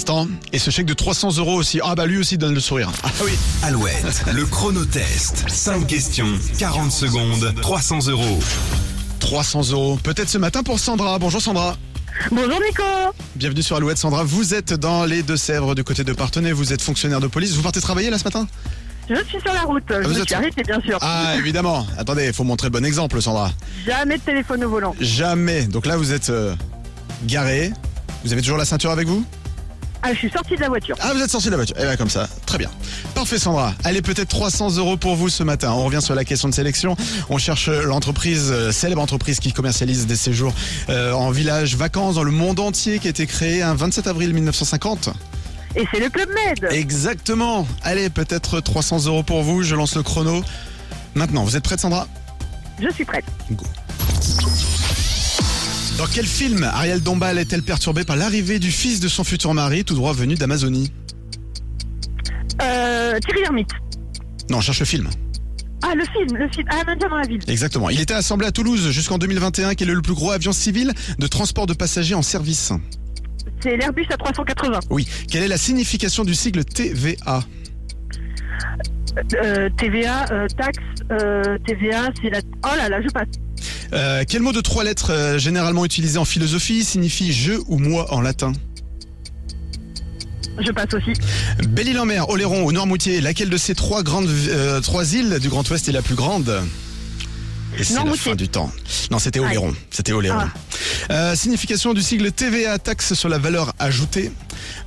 instant. Et ce chèque de 300 euros aussi. Ah bah lui aussi donne le sourire. Ah oui. Alouette, le chronotest. 5 questions, 40 secondes, 300 euros. 300 euros. Peut-être ce matin pour Sandra. Bonjour Sandra. Bonjour Nico Bienvenue sur Alouette Sandra. Vous êtes dans les Deux-Sèvres du côté de Partenay. Vous êtes fonctionnaire de police. Vous partez travailler là ce matin Je suis sur la route, je Ah, vous me êtes- suis arrêtée bien sûr. Ah évidemment. Attendez, il faut montrer le bon exemple Sandra. Jamais de téléphone au volant. Jamais. Donc là vous êtes euh, garé. Vous avez toujours la ceinture avec vous Ah, je suis sortie de la voiture. Ah, vous êtes sorti de la voiture. Eh bien, comme ça. Très bien. Parfait, Sandra. Allez, peut-être 300 euros pour vous ce matin. On revient sur la question de sélection. On cherche l'entreprise, euh, célèbre entreprise qui commercialise des séjours euh, en village, vacances, dans le monde entier, qui a été créée un 27 avril 1950. Et c'est le Club Med Exactement. Allez, peut-être 300 euros pour vous. Je lance le chrono. Maintenant, vous êtes prête, Sandra Je suis prête. Dans quel film Ariel Dombal est-elle perturbée par l'arrivée du fils de son futur mari, tout droit venu d'Amazonie Euh, Thierry Lhermitte. Non, on cherche le film. Ah, le film, le film. Ah, un indien dans la ville. Exactement. Il était assemblé à Toulouse jusqu'en 2021, qui est le plus gros avion civil de transport de passagers en service. C'est l'Airbus A380. Oui. Quelle est la signification du sigle TVA Euh, TVA, euh, taxe, euh, TVA, c'est la... Oh là là, je passe. Euh, Quel mot de trois lettres euh, généralement utilisé en philosophie signifie je ou moi en latin Je passe aussi. Belle-Île-en-Mer, Oléron ou Noirmoutier, laquelle de ces trois grandes euh, trois îles du Grand Ouest est la plus grande Et c'est la Noirmoutier. fin du temps. Non, c'était Aïe. Oléron. C'était Oléron. Euh, signification du sigle TVA, taxe sur la valeur ajoutée.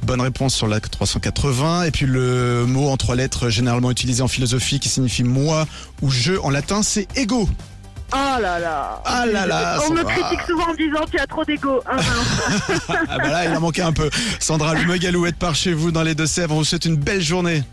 Bonne réponse sur la 380. Et puis le mot en trois lettres généralement utilisé en philosophie qui signifie moi ou je en latin, c'est ego. Oh là là Ah là là, On ça me va. critique souvent en me disant tu as trop d'ego. Ah, mince. Ah bah là, il en manquait un peu. Sandra, le Megalouette part chez vous dans les Deux-Sèvres. On vous souhaite une belle journée.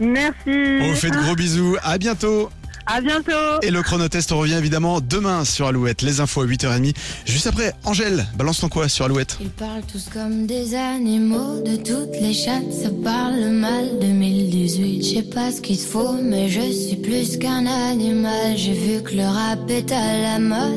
Merci. On vous fait de gros bisous. À bientôt. À bientôt. Et le chronotest, on revient évidemment demain sur Alouette. Les infos à 8h30. Juste après, Angèle, balance ton quoi sur Alouette Ils parlent tous comme des animaux, de toutes les chattes, ça parle mal 2018. Je sais pas ce qu'il te faut, mais je suis plus qu'un animal. J'ai vu que le rap est à la mode.